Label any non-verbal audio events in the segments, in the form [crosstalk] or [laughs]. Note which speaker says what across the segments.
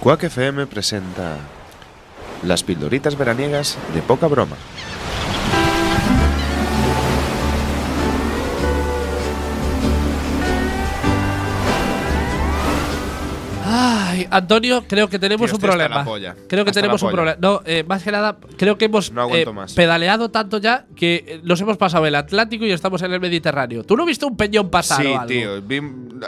Speaker 1: Quack FM presenta las pildoritas veraniegas de poca broma.
Speaker 2: Ay, Antonio, creo que tenemos
Speaker 1: Tío,
Speaker 2: un
Speaker 1: estoy hasta
Speaker 2: problema.
Speaker 1: la polla.
Speaker 2: Creo que
Speaker 1: Hasta
Speaker 2: tenemos
Speaker 1: la
Speaker 2: un
Speaker 1: polla.
Speaker 2: problema. No, eh, más que nada, creo que hemos
Speaker 1: No aguanto
Speaker 2: eh,
Speaker 1: más.
Speaker 2: pedaleado tanto ya que eh, nos hemos pasado el Atlántico y estamos en el Mediterráneo. ¿Tú no viste un peñón pasar
Speaker 1: sí,
Speaker 2: o algo?
Speaker 1: tío. vi-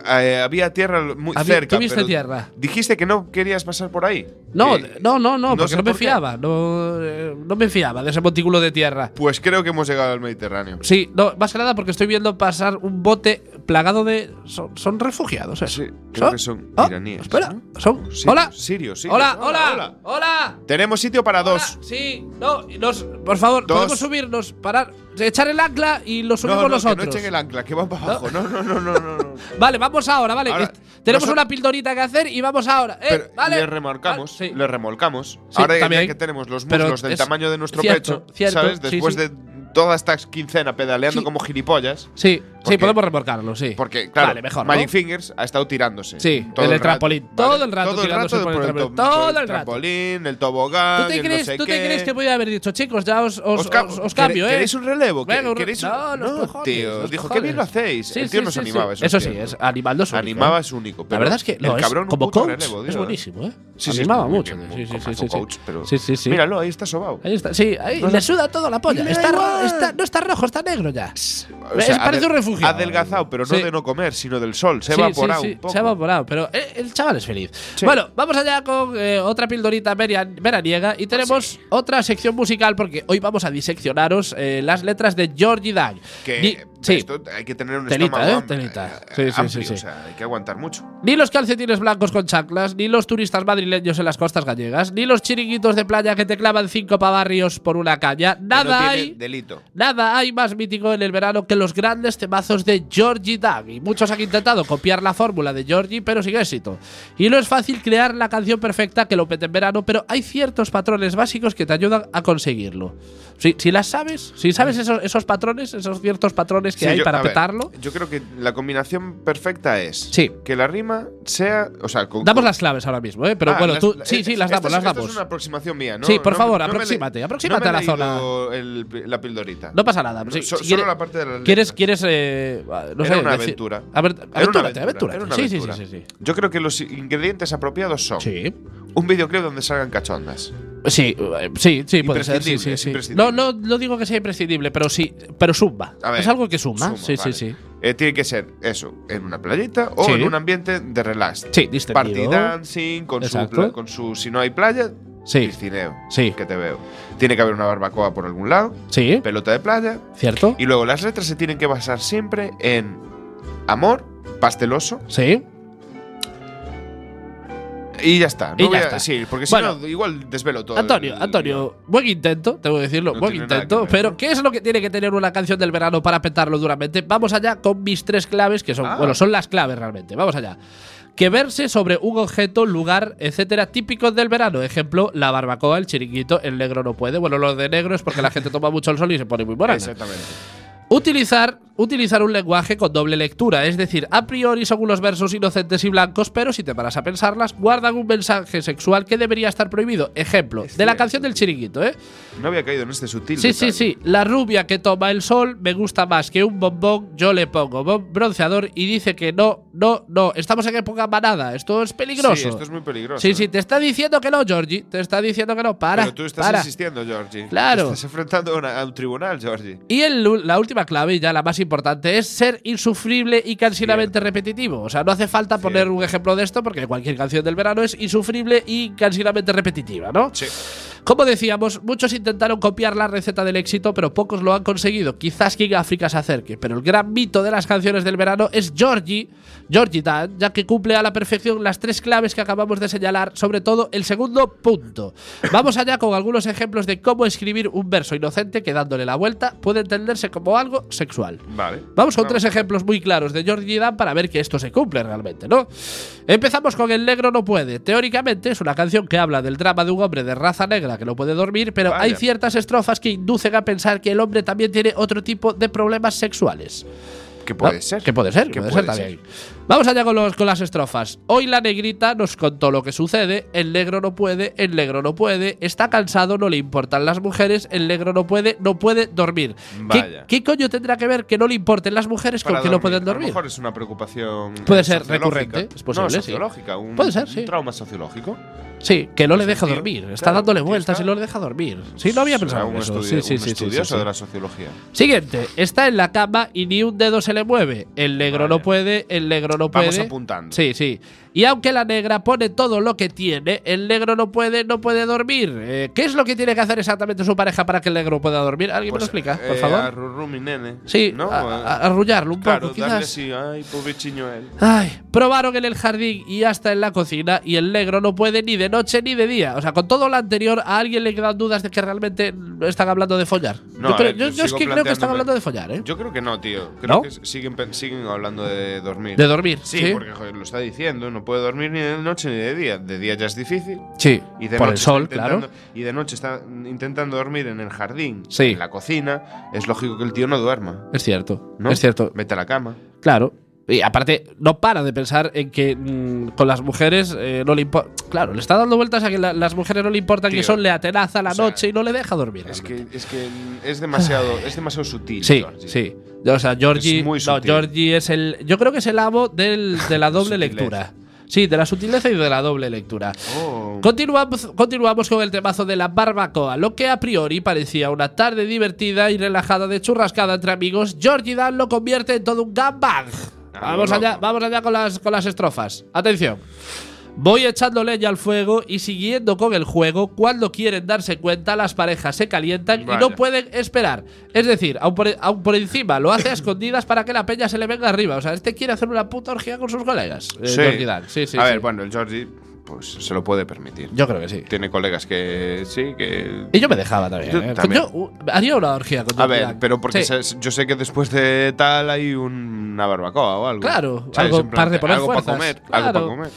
Speaker 1: eh, había tierra muy
Speaker 2: Había-
Speaker 1: cerca.
Speaker 2: ¿tú viste
Speaker 1: pero
Speaker 2: tierra?
Speaker 1: Dijiste que no querías pasar por ahí.
Speaker 2: No,
Speaker 1: Eh,
Speaker 2: no, no, no, porque
Speaker 1: sé
Speaker 2: no
Speaker 1: por
Speaker 2: me
Speaker 1: qué.
Speaker 2: fiaba. No, eh, no me fiaba de ese montículo de tierra.
Speaker 1: Pues creo que hemos llegado al Mediterráneo.
Speaker 2: Sí, no, más que nada porque estoy viendo pasar un bote plagado de. Son, son refugiados, ¿eh?
Speaker 1: Sí, creo
Speaker 2: ¿Son?
Speaker 1: que son
Speaker 2: Ah,
Speaker 1: iraníes,
Speaker 2: Espera,
Speaker 1: ¿no?
Speaker 2: son.
Speaker 1: Sí,
Speaker 2: hola.
Speaker 1: sirios, sirios.
Speaker 2: hola,
Speaker 1: Hola,
Speaker 2: hola,
Speaker 1: hola.
Speaker 2: hola, hola.
Speaker 1: Tenemos sitio para dos.
Speaker 2: Ah, sí, no, y nos, por favor,
Speaker 1: Dos.
Speaker 2: podemos subirnos, parar, echar el ancla y lo subimos
Speaker 1: no, no, que no
Speaker 2: nosotros.
Speaker 1: echen el ancla, que van para abajo. No, no, no, no, no. no.
Speaker 2: Vale, vamos ahora, vale.
Speaker 1: Ahora,
Speaker 2: Eh, Tenemos
Speaker 1: noso-
Speaker 2: una pildorita que hacer y vamos ahora. Eh,
Speaker 1: Pero
Speaker 2: vale.
Speaker 1: le remarcamos,
Speaker 2: Vale, sí.
Speaker 1: le remolcamos.
Speaker 2: Sí,
Speaker 1: Ahora ya
Speaker 2: también.
Speaker 1: que tenemos los
Speaker 2: Pero
Speaker 1: muslos del
Speaker 2: es
Speaker 1: tamaño de nuestro
Speaker 2: cierto,
Speaker 1: pecho,
Speaker 2: cierto,
Speaker 1: ¿sabes?
Speaker 2: sí,
Speaker 1: Después
Speaker 2: sí.
Speaker 1: de toda esta quincena pedaleando
Speaker 2: Sí.
Speaker 1: como gilipollas.
Speaker 2: Sí, sí,
Speaker 1: qué?
Speaker 2: podemos remorcarlo, sí.
Speaker 1: Porque, claro,
Speaker 2: Vale, mejor, ¿no?
Speaker 1: Magic Fingers ha estado tirándose.
Speaker 2: Sí, en el trampolín. Todo el rato
Speaker 1: Todo el
Speaker 2: tirándose
Speaker 1: rato
Speaker 2: por el
Speaker 1: to-
Speaker 2: trampolín. Todo el rato.
Speaker 1: trampolín, el tobogán.
Speaker 2: ¿Tú te
Speaker 1: el
Speaker 2: crees,
Speaker 1: no sé
Speaker 2: tú te
Speaker 1: qué.
Speaker 2: crees que voy a haber dicho, chicos, ya os, os,
Speaker 1: Os ca-
Speaker 2: os- os cambio,
Speaker 1: ¿quere-
Speaker 2: eh?
Speaker 1: ¿Queréis un relevo? ¿Que-
Speaker 2: Venga, un re-
Speaker 1: ¿Queréis un-
Speaker 2: No, los cojones,
Speaker 1: tío.
Speaker 2: los
Speaker 1: Dijo,
Speaker 2: cojones.
Speaker 1: qué bien lo hacéis.
Speaker 2: Sí,
Speaker 1: el tío
Speaker 2: sí,
Speaker 1: nos
Speaker 2: sí, sí.
Speaker 1: animaba.
Speaker 2: Eso sí,
Speaker 1: tío.
Speaker 2: es animando su.
Speaker 1: Animaba es único.
Speaker 2: La
Speaker 1: pero
Speaker 2: verdad es que no,
Speaker 1: el
Speaker 2: es
Speaker 1: cabrón un
Speaker 2: como
Speaker 1: puto
Speaker 2: coach
Speaker 1: relevo, tío.
Speaker 2: es buenísimo, ¿eh?
Speaker 1: Sí, sí,
Speaker 2: Animaba
Speaker 1: es muy
Speaker 2: mucho.
Speaker 1: bien,
Speaker 2: Sí, sí,
Speaker 1: como
Speaker 2: sí, sí,
Speaker 1: coach, pero-
Speaker 2: sí, sí, sí.
Speaker 1: Míralo, ahí está sobao.
Speaker 2: Ahí está, sí, ahí
Speaker 1: No sé.
Speaker 2: le suda todo la polla.
Speaker 1: Le da
Speaker 2: Está,
Speaker 1: igual.
Speaker 2: está- no está rojo, está negro ya.
Speaker 1: O sea,
Speaker 2: Es- parece
Speaker 1: adel-
Speaker 2: un refugiado.
Speaker 1: Adelgazado, pero no
Speaker 2: Sí.
Speaker 1: de no comer, sino del sol. Se ha
Speaker 2: Sí,
Speaker 1: evaporado
Speaker 2: sí, sí,
Speaker 1: un poco.
Speaker 2: Se ha evaporado, pero eh, el chaval es feliz.
Speaker 1: Sí.
Speaker 2: Bueno, vamos allá con eh, otra pildorita veria- veraniega
Speaker 1: Ah,
Speaker 2: y tenemos otra sección musical porque hoy vamos a diseccionaros eh, las letras de Georgie Dang.
Speaker 1: Que
Speaker 2: Ni- sí.
Speaker 1: esto hay que tener un
Speaker 2: Telita,
Speaker 1: estómago
Speaker 2: ¿eh?
Speaker 1: am-
Speaker 2: Telita.
Speaker 1: eh,
Speaker 2: Sí, sí, sí,
Speaker 1: amplio,
Speaker 2: sí.
Speaker 1: O sea, hay que aguantar mucho.
Speaker 2: Ni los calcetines blancos con chanclas, ni los turistas madrileños en las costas gallegas, ni los chiringuitos de playa que te clavan cinco pavarrios por una caña. Nada
Speaker 1: Que no tiene
Speaker 2: hay.
Speaker 1: delito.
Speaker 2: Nada hay más mítico en el verano que los grandes temazos de Georgie Dang. Y muchos han intentado copiar la fórmula de Georgie, pero sin éxito. Y no es fácil crear la canción perfecta que lo pete en verano, pero hay ciertos patrones básicos que te ayudan a conseguirlo. Si, si las sabes, si sabes esos, esos patrones, esos ciertos patrones que
Speaker 1: Sí,
Speaker 2: hay
Speaker 1: yo-
Speaker 2: para
Speaker 1: a ver,
Speaker 2: petarlo,
Speaker 1: yo creo que la combinación perfecta es
Speaker 2: Sí.
Speaker 1: que la rima sea. O sea, con-
Speaker 2: damos las claves ahora mismo, ¿eh? Pero
Speaker 1: Ah,
Speaker 2: bueno,
Speaker 1: las-
Speaker 2: tú.
Speaker 1: la-
Speaker 2: sí,
Speaker 1: es-
Speaker 2: sí, las
Speaker 1: esta
Speaker 2: damos,
Speaker 1: es-
Speaker 2: las
Speaker 1: esta
Speaker 2: damos.
Speaker 1: es una aproximación mía, ¿no?
Speaker 2: Sí, por
Speaker 1: No-
Speaker 2: favor,
Speaker 1: no me le-
Speaker 2: aproxímate,
Speaker 1: no me
Speaker 2: aproxímate
Speaker 1: he
Speaker 2: a la
Speaker 1: leído
Speaker 2: zona.
Speaker 1: el- la pildorita.
Speaker 2: No pasa nada. sí,
Speaker 1: so- solo
Speaker 2: si quiere-
Speaker 1: la parte de las
Speaker 2: ¿Quieres,
Speaker 1: letras.
Speaker 2: quieres eh, no
Speaker 1: Era
Speaker 2: sé,
Speaker 1: una
Speaker 2: decir-
Speaker 1: aventura.
Speaker 2: A ver,
Speaker 1: Era una
Speaker 2: aventúrate, aventúrate.
Speaker 1: era una
Speaker 2: Sí, sí,
Speaker 1: aventura.
Speaker 2: sí, sí, sí.
Speaker 1: Yo creo que los ingredientes apropiados son
Speaker 2: Sí.
Speaker 1: un videoclip donde salgan cachondas.
Speaker 2: Sí, eh, sí, sí, puede ser. Sí,
Speaker 1: Imprescindible,
Speaker 2: sí,
Speaker 1: es
Speaker 2: sí. No,
Speaker 1: imprescindible.
Speaker 2: no, no digo que sea imprescindible, pero sí, pero zumba.
Speaker 1: A ver,
Speaker 2: es algo que suma.
Speaker 1: suma,
Speaker 2: sí,
Speaker 1: vale.
Speaker 2: sí, sí.
Speaker 1: Eh, tiene que ser eso, en una playita o
Speaker 2: Sí.
Speaker 1: en un ambiente de relax.
Speaker 2: Sí, distendido.
Speaker 1: Party dancing, con su,
Speaker 2: Exacto.
Speaker 1: pla- con su. Si no hay playa,
Speaker 2: Sí,
Speaker 1: piscineo.
Speaker 2: Sí.
Speaker 1: Que te veo. Tiene que haber una barbacoa por algún lado,
Speaker 2: sí,
Speaker 1: pelota de playa.
Speaker 2: cierto.
Speaker 1: Y luego las letras se tienen que basar siempre en amor, pasteloso
Speaker 2: Sí.
Speaker 1: y ya está.
Speaker 2: Y
Speaker 1: voy
Speaker 2: ya
Speaker 1: a-
Speaker 2: está.
Speaker 1: Sí, porque
Speaker 2: Bueno.
Speaker 1: si no, igual desvelo todo.
Speaker 2: Antonio,
Speaker 1: el-
Speaker 2: Antonio, buen intento, tengo que decirlo,
Speaker 1: No
Speaker 2: buen
Speaker 1: tiene nada que
Speaker 2: intento.
Speaker 1: ver,
Speaker 2: Pero,
Speaker 1: ¿no?
Speaker 2: ¿qué es lo que tiene que tener una canción del verano para petarlo duramente? Vamos allá con mis tres claves, que son,
Speaker 1: Ah.
Speaker 2: bueno, son las claves realmente. Vamos allá. Que verse sobre un objeto, lugar, etcétera, típicos del verano. Ejemplo, la barbacoa, el chiringuito, el negro no puede. Bueno, lo de negro es porque la gente toma mucho el sol y se pone muy morena.
Speaker 1: Exactamente.
Speaker 2: Utilizar, utilizar un lenguaje con doble lectura, es decir, a priori son unos versos inocentes y blancos, pero si te paras a pensarlas, guardan un mensaje sexual que debería estar prohibido. Ejemplo,
Speaker 1: Es
Speaker 2: de la
Speaker 1: cierto.
Speaker 2: canción del chiringuito, ¿eh?
Speaker 1: No había caído en este sutil.
Speaker 2: Sí, sí,
Speaker 1: detalle.
Speaker 2: sí. La rubia que toma el sol me gusta más que un bombón, yo le pongo bon- bronceador y dice que no, no, no. Estamos en época manada, esto es peligroso.
Speaker 1: Sí, esto es muy peligroso. ¿eh?
Speaker 2: Sí, sí, te está diciendo que no, Georgie, te está diciendo que no, para.
Speaker 1: Pero tú estás
Speaker 2: para.
Speaker 1: insistiendo, Georgie.
Speaker 2: Claro.
Speaker 1: Te estás enfrentando a una- a un tribunal, Georgie.
Speaker 2: Y el lu- la última clave, y ya la más importante, es ser insufrible y cansinamente
Speaker 1: Cierto.
Speaker 2: repetitivo. O sea, no hace falta poner un ejemplo de esto porque cualquier canción del verano es insufrible y cansinamente repetitiva, ¿no?
Speaker 1: Sí.
Speaker 2: Como decíamos, muchos intentaron copiar la receta del éxito, pero pocos lo han conseguido. Quizás King África se acerque, pero el gran mito de las canciones del verano es Georgie, Georgie Dan, ya que cumple a la perfección las tres claves que acabamos de señalar, sobre todo el segundo punto. Vamos allá con algunos ejemplos de cómo escribir un verso inocente que dándole la vuelta puede entenderse como algo sexual.
Speaker 1: Vale.
Speaker 2: Vamos con tres ejemplos muy claros de Georgie Dan para ver que esto se cumple realmente, ¿no? Empezamos con El negro no puede. Teóricamente es una canción que habla del drama de un hombre de raza negra que no puede dormir, pero
Speaker 1: Vaya.
Speaker 2: hay ciertas estrofas que inducen a pensar que el hombre también tiene otro tipo de problemas sexuales.
Speaker 1: Que puede
Speaker 2: ¿no?
Speaker 1: ser.
Speaker 2: Que puede ser, que
Speaker 1: Que
Speaker 2: puede,
Speaker 1: puede
Speaker 2: ser también. Vamos allá con, los, con las estrofas. Hoy la negrita nos contó lo que sucede. El negro no puede, el negro no puede. Está cansado, no le importan las mujeres. El negro no puede, no puede dormir. ¿Qué-
Speaker 1: Vaya.
Speaker 2: ¿Qué, coño tendrá que ver que no le importen las mujeres con
Speaker 1: Para
Speaker 2: que no
Speaker 1: dormir.
Speaker 2: pueden
Speaker 1: A lo
Speaker 2: dormir?
Speaker 1: mejor es una preocupación.
Speaker 2: Puede
Speaker 1: eh,
Speaker 2: ser
Speaker 1: sociológica.
Speaker 2: recurrente, es posible,
Speaker 1: No,
Speaker 2: sí.
Speaker 1: sociológica, un,
Speaker 2: Puede ser,
Speaker 1: un
Speaker 2: sí.
Speaker 1: trauma sociológico.
Speaker 2: Sí, que no le
Speaker 1: Pues
Speaker 2: deja
Speaker 1: el tío,
Speaker 2: dormir. Está
Speaker 1: claro,
Speaker 2: dándole
Speaker 1: el tío
Speaker 2: vueltas
Speaker 1: está- Pues
Speaker 2: y no le deja dormir. Sí, no había
Speaker 1: Será
Speaker 2: pensado en
Speaker 1: un
Speaker 2: eso.
Speaker 1: estudi-
Speaker 2: Sí, sí,
Speaker 1: un
Speaker 2: sí, sí, sí,
Speaker 1: estudioso
Speaker 2: sí.
Speaker 1: de la sociología.
Speaker 2: Siguiente, está en la cama y ni un dedo se le mueve. El negro
Speaker 1: Vaya.
Speaker 2: no puede, el negro no puede.
Speaker 1: Vamos apuntando.
Speaker 2: Sí, sí. Y aunque la negra pone todo lo que tiene, el negro no puede, no puede dormir. Eh, ¿Qué es lo que tiene que hacer exactamente su pareja para que el negro pueda dormir? ¿Alguien
Speaker 1: Pues,
Speaker 2: me lo explica, por
Speaker 1: eh, A
Speaker 2: favor?
Speaker 1: Rurrum y Nene.
Speaker 2: Sí,
Speaker 1: ¿no? eh,
Speaker 2: a- a- arrullarlo un
Speaker 1: claro,
Speaker 2: poco,
Speaker 1: darle
Speaker 2: quizás.
Speaker 1: así. Ay, pobre chiño él.
Speaker 2: Ay, probaron en el jardín y hasta en la cocina y el negro no puede ni de noche ni de día. O sea, con todo lo anterior, ¿a alguien le quedan dudas de que realmente están hablando de follar?
Speaker 1: No,
Speaker 2: yo
Speaker 1: a
Speaker 2: creo-
Speaker 1: ver,
Speaker 2: yo-
Speaker 1: yo
Speaker 2: yo es
Speaker 1: sigo
Speaker 2: que creo que están
Speaker 1: planteándome-
Speaker 2: hablando de follar, ¿eh?
Speaker 1: Yo creo que no, tío. Creo
Speaker 2: ¿No?
Speaker 1: que s- siguen, pen- siguen hablando de dormir.
Speaker 2: de dormir.
Speaker 1: Sí,
Speaker 2: Sí,
Speaker 1: porque joder, lo está diciendo. No puede dormir ni de noche ni de día. De día ya es difícil.
Speaker 2: Sí,
Speaker 1: Y de
Speaker 2: por
Speaker 1: noche
Speaker 2: el
Speaker 1: está
Speaker 2: sol,
Speaker 1: intentando-
Speaker 2: claro.
Speaker 1: Y de noche está intentando dormir en el jardín,
Speaker 2: Sí.
Speaker 1: en la cocina. Es lógico que el tío no duerma.
Speaker 2: Es cierto,
Speaker 1: ¿no?
Speaker 2: es cierto.
Speaker 1: Vete a la cama.
Speaker 2: Claro. Y aparte, no para de pensar en que mm, con las mujeres eh, no le importa. Claro, le está dando vueltas a que la- las mujeres no le importan que
Speaker 1: Tío.
Speaker 2: son, le atenaza la
Speaker 1: O sea,
Speaker 2: noche y no le deja dormir.
Speaker 1: Es
Speaker 2: realmente.
Speaker 1: que es, que es, demasiado, es demasiado sutil.
Speaker 2: Sí,
Speaker 1: Georgie.
Speaker 2: sí. O sea, Georgie.
Speaker 1: Es muy
Speaker 2: no,
Speaker 1: sutil.
Speaker 2: Georgie es el. Yo creo que es el amo del,
Speaker 1: [laughs]
Speaker 2: de la doble
Speaker 1: Sutileza.
Speaker 2: lectura. Sí, de la sutileza y de la doble lectura.
Speaker 1: Oh.
Speaker 2: Continuamos, continuamos con el temazo de la barbacoa, lo que a priori parecía una tarde divertida y relajada de churrascada entre amigos, Georgie Dan lo convierte en todo un gangbang.
Speaker 1: Ah,
Speaker 2: Vamos
Speaker 1: lo
Speaker 2: allá,
Speaker 1: loco.
Speaker 2: vamos allá con las, con las estrofas. Atención. Voy echando leña al fuego y siguiendo con el juego, cuando quieren darse cuenta, las parejas se calientan y no
Speaker 1: Vaya.
Speaker 2: pueden esperar. Es decir, aún por, aun por encima lo hace a escondidas para que la peña se le venga arriba. O sea, este quiere hacer una puta orgía con sus colegas. eh, Georgie Dan. Sí, sí,
Speaker 1: a
Speaker 2: sí.
Speaker 1: ver, pues- bueno, el Georgie pues, se lo puede permitir.
Speaker 2: Yo creo que sí.
Speaker 1: Tiene colegas que sí, que.
Speaker 2: Y yo me dejaba también.
Speaker 1: Yo
Speaker 2: ¿eh?
Speaker 1: también.
Speaker 2: Yo, uh, haría una orgía con
Speaker 1: A
Speaker 2: Jordi
Speaker 1: ver,
Speaker 2: Dan.
Speaker 1: pero porque
Speaker 2: Sí,
Speaker 1: se- yo sé que después de tal hay un- una barbacoa o algo.
Speaker 2: Claro,
Speaker 1: ¿Sabes?
Speaker 2: algo
Speaker 1: En plan,
Speaker 2: para reponer
Speaker 1: algo para
Speaker 2: fuerzas.
Speaker 1: comer,
Speaker 2: Claro.
Speaker 1: algo para comer.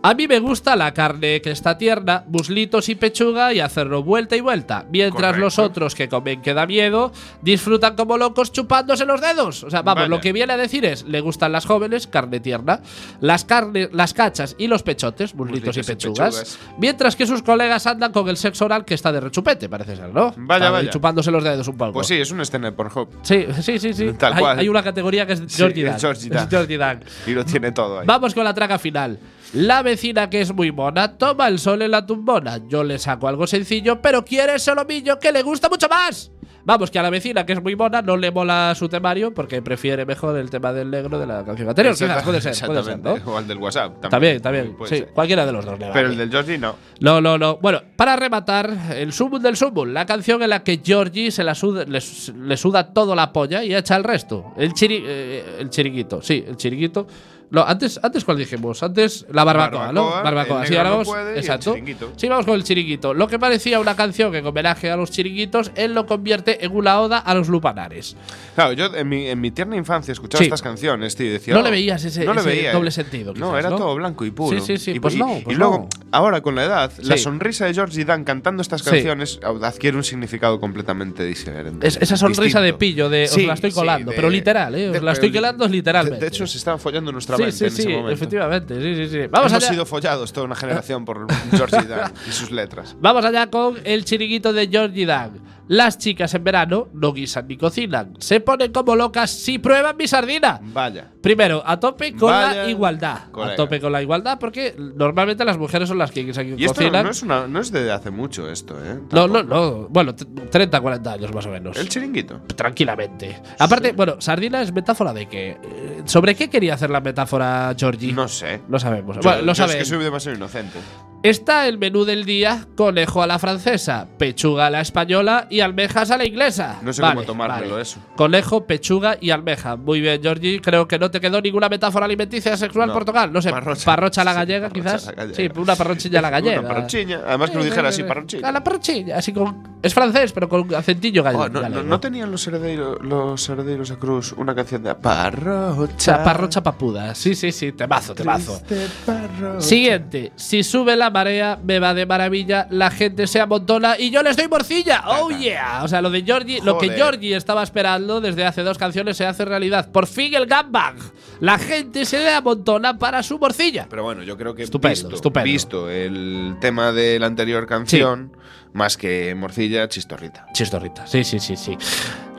Speaker 2: A mí me gusta la carne que está tierna, muslitos y pechuga y hacerlo vuelta y vuelta. Mientras
Speaker 1: Correcto.
Speaker 2: los otros que comen que da miedo disfrutan como locos chupándose los dedos. O sea, vamos,
Speaker 1: Vaya.
Speaker 2: lo que viene a decir es: le gustan las jóvenes, carne tierna, las, carne, las cachas y los pechotes, muslitos y
Speaker 1: Muslitos y
Speaker 2: pechugas,
Speaker 1: pechugas.
Speaker 2: Mientras que sus colegas andan con el sexo oral que está de rechupete, parece ser, ¿no?
Speaker 1: Vaya,
Speaker 2: Están ahí
Speaker 1: vaya.
Speaker 2: Chupándose los dedos un poco.
Speaker 1: Pues sí, es una escena de Pornhub.
Speaker 2: Sí, sí, sí, sí.
Speaker 1: Tal
Speaker 2: hay,
Speaker 1: cual.
Speaker 2: hay una categoría que es
Speaker 1: Sí,
Speaker 2: Georgie
Speaker 1: es
Speaker 2: Dan.
Speaker 1: Georgie Dan.
Speaker 2: Es Georgie Dan.
Speaker 1: Y lo tiene todo ahí.
Speaker 2: Vamos con la traga final. La vecina que es muy mona toma el sol en la tumbona. Yo le saco algo sencillo, pero quiere el solomillo que le gusta mucho más. Vamos, que a la vecina que es muy mona no le mola su temario porque prefiere mejor el tema del negro de la canción anterior. Quizás,
Speaker 1: Exacta-
Speaker 2: puede ser, puede ser,
Speaker 1: exactamente.
Speaker 2: ¿no?
Speaker 1: O al del WhatsApp
Speaker 2: También,
Speaker 1: también.
Speaker 2: también.
Speaker 1: Puede
Speaker 2: Sí,
Speaker 1: ser.
Speaker 2: cualquiera de los dos. le vale.
Speaker 1: Pero el del Georgie no.
Speaker 2: No, no, no. Bueno, para rematar, el sumum del sumum, la canción en la que Georgie se la suda, le, su- le suda todo la polla y echa el resto. El, chiri, eh, el chiriquito, sí, el chiriquito. No, antes, antes ¿cuál dijimos? Antes la barbacoa, ¿no?
Speaker 1: Barbacoa,
Speaker 2: Barbacoa.
Speaker 1: el
Speaker 2: Sí,
Speaker 1: negro
Speaker 2: ahora
Speaker 1: no
Speaker 2: vamos.
Speaker 1: puede y el
Speaker 2: exacto.
Speaker 1: chiringuito.
Speaker 2: Sí, vamos con el chiriquito. Lo que parecía una canción en homenaje a los chiringuitos, él lo convierte en una oda a los lupanares.
Speaker 1: Claro, yo en mi, en mi tierna infancia escuchaba
Speaker 2: Sí.
Speaker 1: estas canciones, tío, y decía.
Speaker 2: No
Speaker 1: "Oh".
Speaker 2: le veías ese-
Speaker 1: No le
Speaker 2: ese
Speaker 1: veía,
Speaker 2: doble
Speaker 1: eh.
Speaker 2: sentido,
Speaker 1: no,
Speaker 2: quizás,
Speaker 1: era
Speaker 2: ¿no?
Speaker 1: todo blanco y puro.
Speaker 2: Sí, sí, sí,
Speaker 1: Y,
Speaker 2: pues
Speaker 1: y-
Speaker 2: no, pues
Speaker 1: y luego,
Speaker 2: no.
Speaker 1: ahora con la edad, la
Speaker 2: Sí.
Speaker 1: sonrisa de Georgie Dan cantando estas
Speaker 2: Sí.
Speaker 1: canciones adquiere un significado completamente diferente.
Speaker 2: Es- esa sonrisa
Speaker 1: distinto.
Speaker 2: de pillo, de Eh, os la estoy colando, pero literal, eh, os la estoy
Speaker 1: pero li-
Speaker 2: colando
Speaker 1: de-
Speaker 2: literalmente.
Speaker 1: De, hecho, se estaban follando nuestra
Speaker 2: sí,
Speaker 1: mente
Speaker 2: sí,
Speaker 1: en
Speaker 2: sí,
Speaker 1: ese momento.
Speaker 2: efectivamente. Sí, sí, sí. Vamos
Speaker 1: Hemos
Speaker 2: allá.
Speaker 1: sido follados toda una generación por [laughs] Georgie Dan y sus letras.
Speaker 2: Vamos allá con el chiringuito de Georgie Dan. Las chicas en verano no guisan ni cocinan. Se ponen como locas si prueban mi sardina.
Speaker 1: Vaya.
Speaker 2: Primero, a tope con la
Speaker 1: Vaya
Speaker 2: igualdad. A
Speaker 1: colega.
Speaker 2: tope con la igualdad porque normalmente las mujeres son las que guisan
Speaker 1: Y
Speaker 2: y
Speaker 1: esto
Speaker 2: cocinan.
Speaker 1: no es, una, no es de hace mucho, esto, ¿eh?
Speaker 2: no,
Speaker 1: Tampoco.
Speaker 2: no, no. Bueno, t- 30, 40 años más o menos.
Speaker 1: El chiringuito.
Speaker 2: Tranquilamente. Aparte, bueno, sardina es metáfora de qué. Eh, ¿Sobre qué quería hacer la metáfora Georgie?
Speaker 1: No sé.
Speaker 2: No sabemos.
Speaker 1: Yo-
Speaker 2: bueno,
Speaker 1: yo
Speaker 2: lo sabe
Speaker 1: Es que
Speaker 2: él.
Speaker 1: soy demasiado inocente.
Speaker 2: Está el menú del día, conejo a la francesa, pechuga a la española y almejas a la inglesa.
Speaker 1: No sé cómo tomármelo eso.
Speaker 2: Conejo, pechuga y almeja. Muy bien, Georgie. Creo que no te quedó ninguna metáfora alimenticia sexual
Speaker 1: No.
Speaker 2: por tocar. No sé, parrocha,
Speaker 1: Parrocha.
Speaker 2: a la
Speaker 1: Sí,
Speaker 2: gallega,
Speaker 1: parrocha
Speaker 2: quizás.
Speaker 1: a la gallega.
Speaker 2: Sí, una parrochilla a la gallega.
Speaker 1: Una parrochilla. Además que lo
Speaker 2: Eh,
Speaker 1: dijera
Speaker 2: eh,
Speaker 1: así,
Speaker 2: eh,
Speaker 1: parrochilla.
Speaker 2: A la parrochilla, así con. Es francés, pero con acentillo gallego.
Speaker 1: Oh, no, no-
Speaker 2: gallego.
Speaker 1: no tenían los herederos, los herederos de Cruz una canción de
Speaker 2: O sea,
Speaker 1: Parrocha?
Speaker 2: parrocha papuda. Sí, sí, sí, temazo, temazo.
Speaker 1: Triste parrocha.
Speaker 2: Siguiente, si sube la la marea me va de maravilla, la gente se amontona y yo les doy morcilla. ¡Oh, yeah! O sea, lo de Georgie, lo que
Speaker 3: Joder.
Speaker 2: Georgie estaba esperando desde hace dos canciones se hace realidad. Por fin el gangbang. La gente se amontona para su morcilla.
Speaker 3: Pero bueno, yo creo que
Speaker 2: Estupendo,
Speaker 3: visto,
Speaker 2: estupendo.
Speaker 3: visto el tema de la anterior canción, más que morcilla, chistorrita.
Speaker 2: Chistorrita, sí, sí, sí, sí.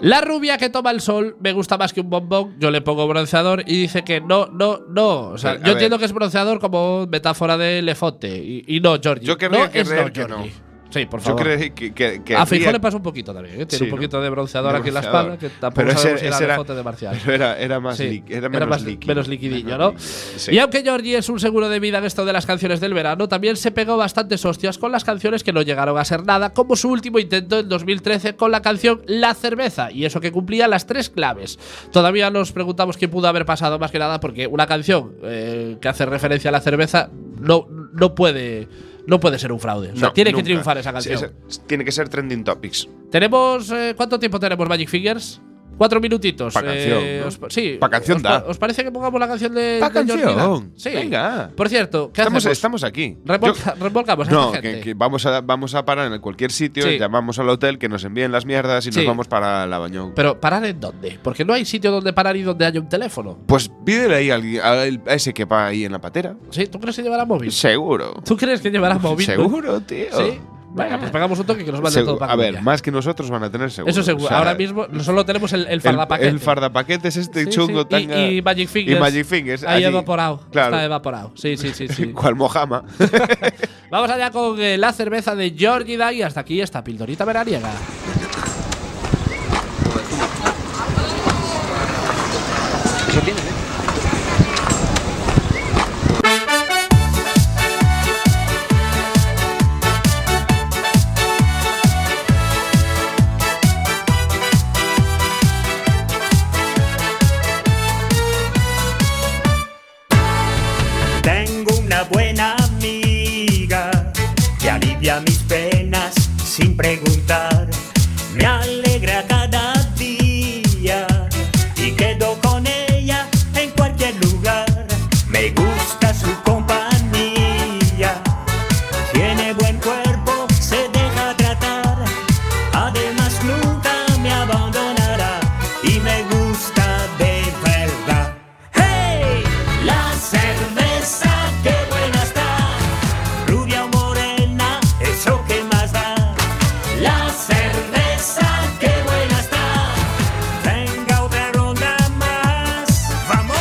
Speaker 2: La rubia que toma el sol me gusta más que un bombón. Yo le pongo bronceador y dice que no, no, no. O sea,
Speaker 3: A ver,
Speaker 2: yo
Speaker 3: a ver.
Speaker 2: entiendo que es bronceador como metáfora de Lefote. Y, y no, Georgie.
Speaker 3: Yo querría
Speaker 2: no, es
Speaker 3: creer
Speaker 2: no,
Speaker 3: que no.
Speaker 2: Georgie. Sí, por
Speaker 3: Yo
Speaker 2: favor.
Speaker 3: creo que, que, que
Speaker 2: a
Speaker 3: habría-
Speaker 2: Feijóo le pasa un poquito también. ¿eh? Tiene
Speaker 3: Sí,
Speaker 2: un poquito
Speaker 3: ¿no?
Speaker 2: de bronceador
Speaker 3: De
Speaker 2: aquí en la
Speaker 3: bronceador.
Speaker 2: espalda. Que tampoco
Speaker 3: Pero ese-
Speaker 2: sabemos si
Speaker 3: ese
Speaker 2: era
Speaker 3: era-
Speaker 2: Lefote de Marcial.
Speaker 3: Pero [laughs] era, era más
Speaker 2: Sí,
Speaker 3: líquido.
Speaker 2: era
Speaker 3: Era menos
Speaker 2: más-
Speaker 3: líquido.
Speaker 2: menos liquidillo, ¿no?
Speaker 3: Sí.
Speaker 2: Y aunque Georgie es un seguro de vida en esto de las canciones del verano, también se pegó bastantes hostias con las canciones que no llegaron a ser nada, como su último intento en 2013 con la canción La cerveza, y eso que cumplía las tres claves. Todavía nos preguntamos qué pudo haber pasado más que nada, porque una canción eh, que hace referencia a la cerveza no, no puede. No puede ser un fraude. O sea,
Speaker 3: No,
Speaker 2: pues, tiene que
Speaker 3: nunca.
Speaker 2: triunfar esa
Speaker 3: Sí,
Speaker 2: canción.
Speaker 3: esa- tiene que ser trending topics.
Speaker 2: Tenemos. eh, ¿Cuánto tiempo tenemos, Magic Fingers? Cuatro minutitos. eh,
Speaker 3: Pa' canción, ¿no?
Speaker 2: os pa- sí.
Speaker 3: Pa' canción
Speaker 2: os pa-
Speaker 3: da.
Speaker 2: ¿Os parece que pongamos la canción de.
Speaker 1: Pa'
Speaker 2: de Georgina?
Speaker 1: canción.
Speaker 2: Sí.
Speaker 1: Venga.
Speaker 2: Por cierto, ¿qué
Speaker 3: Estamos,
Speaker 2: hacemos?
Speaker 3: estamos aquí.
Speaker 2: Remolca- remolcamos
Speaker 3: Yo-
Speaker 2: a
Speaker 3: no,
Speaker 2: esta gente.
Speaker 3: que, que vamos, a, vamos a parar en cualquier sitio,
Speaker 2: Sí.
Speaker 3: llamamos al hotel, que nos envíen las mierdas y
Speaker 2: Sí.
Speaker 3: nos vamos para la bañón.
Speaker 2: Pero parar en dónde? Porque no hay sitio donde parar y donde haya un teléfono.
Speaker 3: Pues pídele ahí al- al- a, ese que va ahí en la patera.
Speaker 2: ¿Sí? ¿Tú crees que llevará móvil?
Speaker 3: Seguro.
Speaker 2: ¿Tú crees que llevará móvil? tú?
Speaker 3: Seguro, tío.
Speaker 2: Sí. Venga, pues pegamos un toque que nos mande
Speaker 3: Segu-
Speaker 2: todo para
Speaker 3: a ver, más que nosotros van a tener seguro.
Speaker 2: Eso seguro.
Speaker 3: O sea,
Speaker 2: Ahora mismo solo tenemos el, el fardapaquete.
Speaker 3: El, el fardapaquete es este
Speaker 2: Sí,
Speaker 3: chungo
Speaker 2: sí. Y-
Speaker 3: tanga.
Speaker 2: Y, Magic Fingers.
Speaker 3: Y Magic Fingers.
Speaker 2: Ahí
Speaker 3: allí.
Speaker 2: evaporado.
Speaker 3: Claro.
Speaker 2: Está evaporado. Sí, sí,
Speaker 3: [laughs]
Speaker 2: sí. sí. [laughs]
Speaker 3: Cual Mojama.
Speaker 2: Vamos allá con eh, la cerveza de Georgie Day y hasta aquí esta pildorita veraniega.
Speaker 4: Tengo una buena amiga que alivia mis penas sin preguntar. Me alegra cada día y quedo con ella en cualquier lugar. Me gusta su compañía. Tiene buen cuerpo, se deja tratar. Además nunca me abandonará y me gusta de verdad. ¡Hey! La cerveza, qué buena está. Rubia o morena, eso que más da. La cerveza, qué buena está. Venga otra ronda más. Vamos.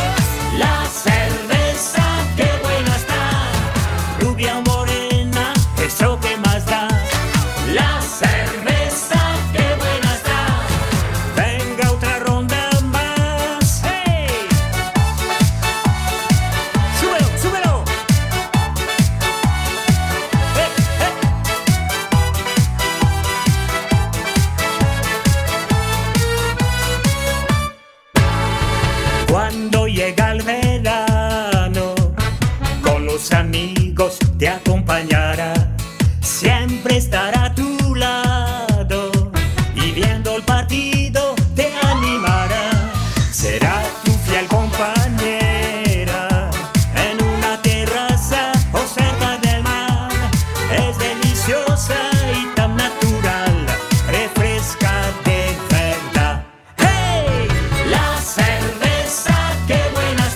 Speaker 4: La cerveza, qué buena está. Rubia o morena, eso que más da. La cerveza, qué buena está. Venga otra ronda más. ¡Hey! ¡Súbelo, súbelo! ¡Eh, eh! Cuando llega el verano, con los amigos te acompañará. Siempre estará a tu lado y viendo el partido te animará. Será tu fiel compañera en una terraza o cerca del mar. Es deliciosa y tan natural, refresca de verdad. ¡Hey! La cerveza, qué buena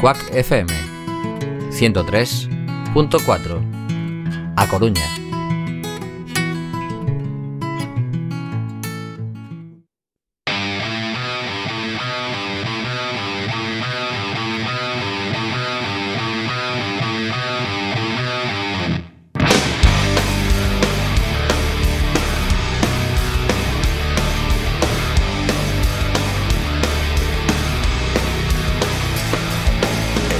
Speaker 5: Quack FM 103.4 A Coruña.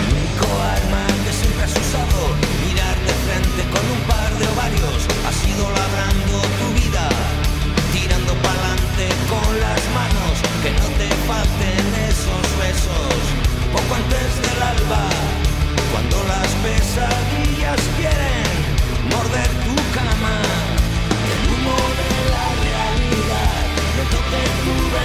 Speaker 6: único arma que siempre has usado, mirar de frente con un par de ovarios, has ido labrando tu vida, tirando pa'lante con las manos, que no te falten esos besos, poco antes del alba, cuando las pesadillas quieren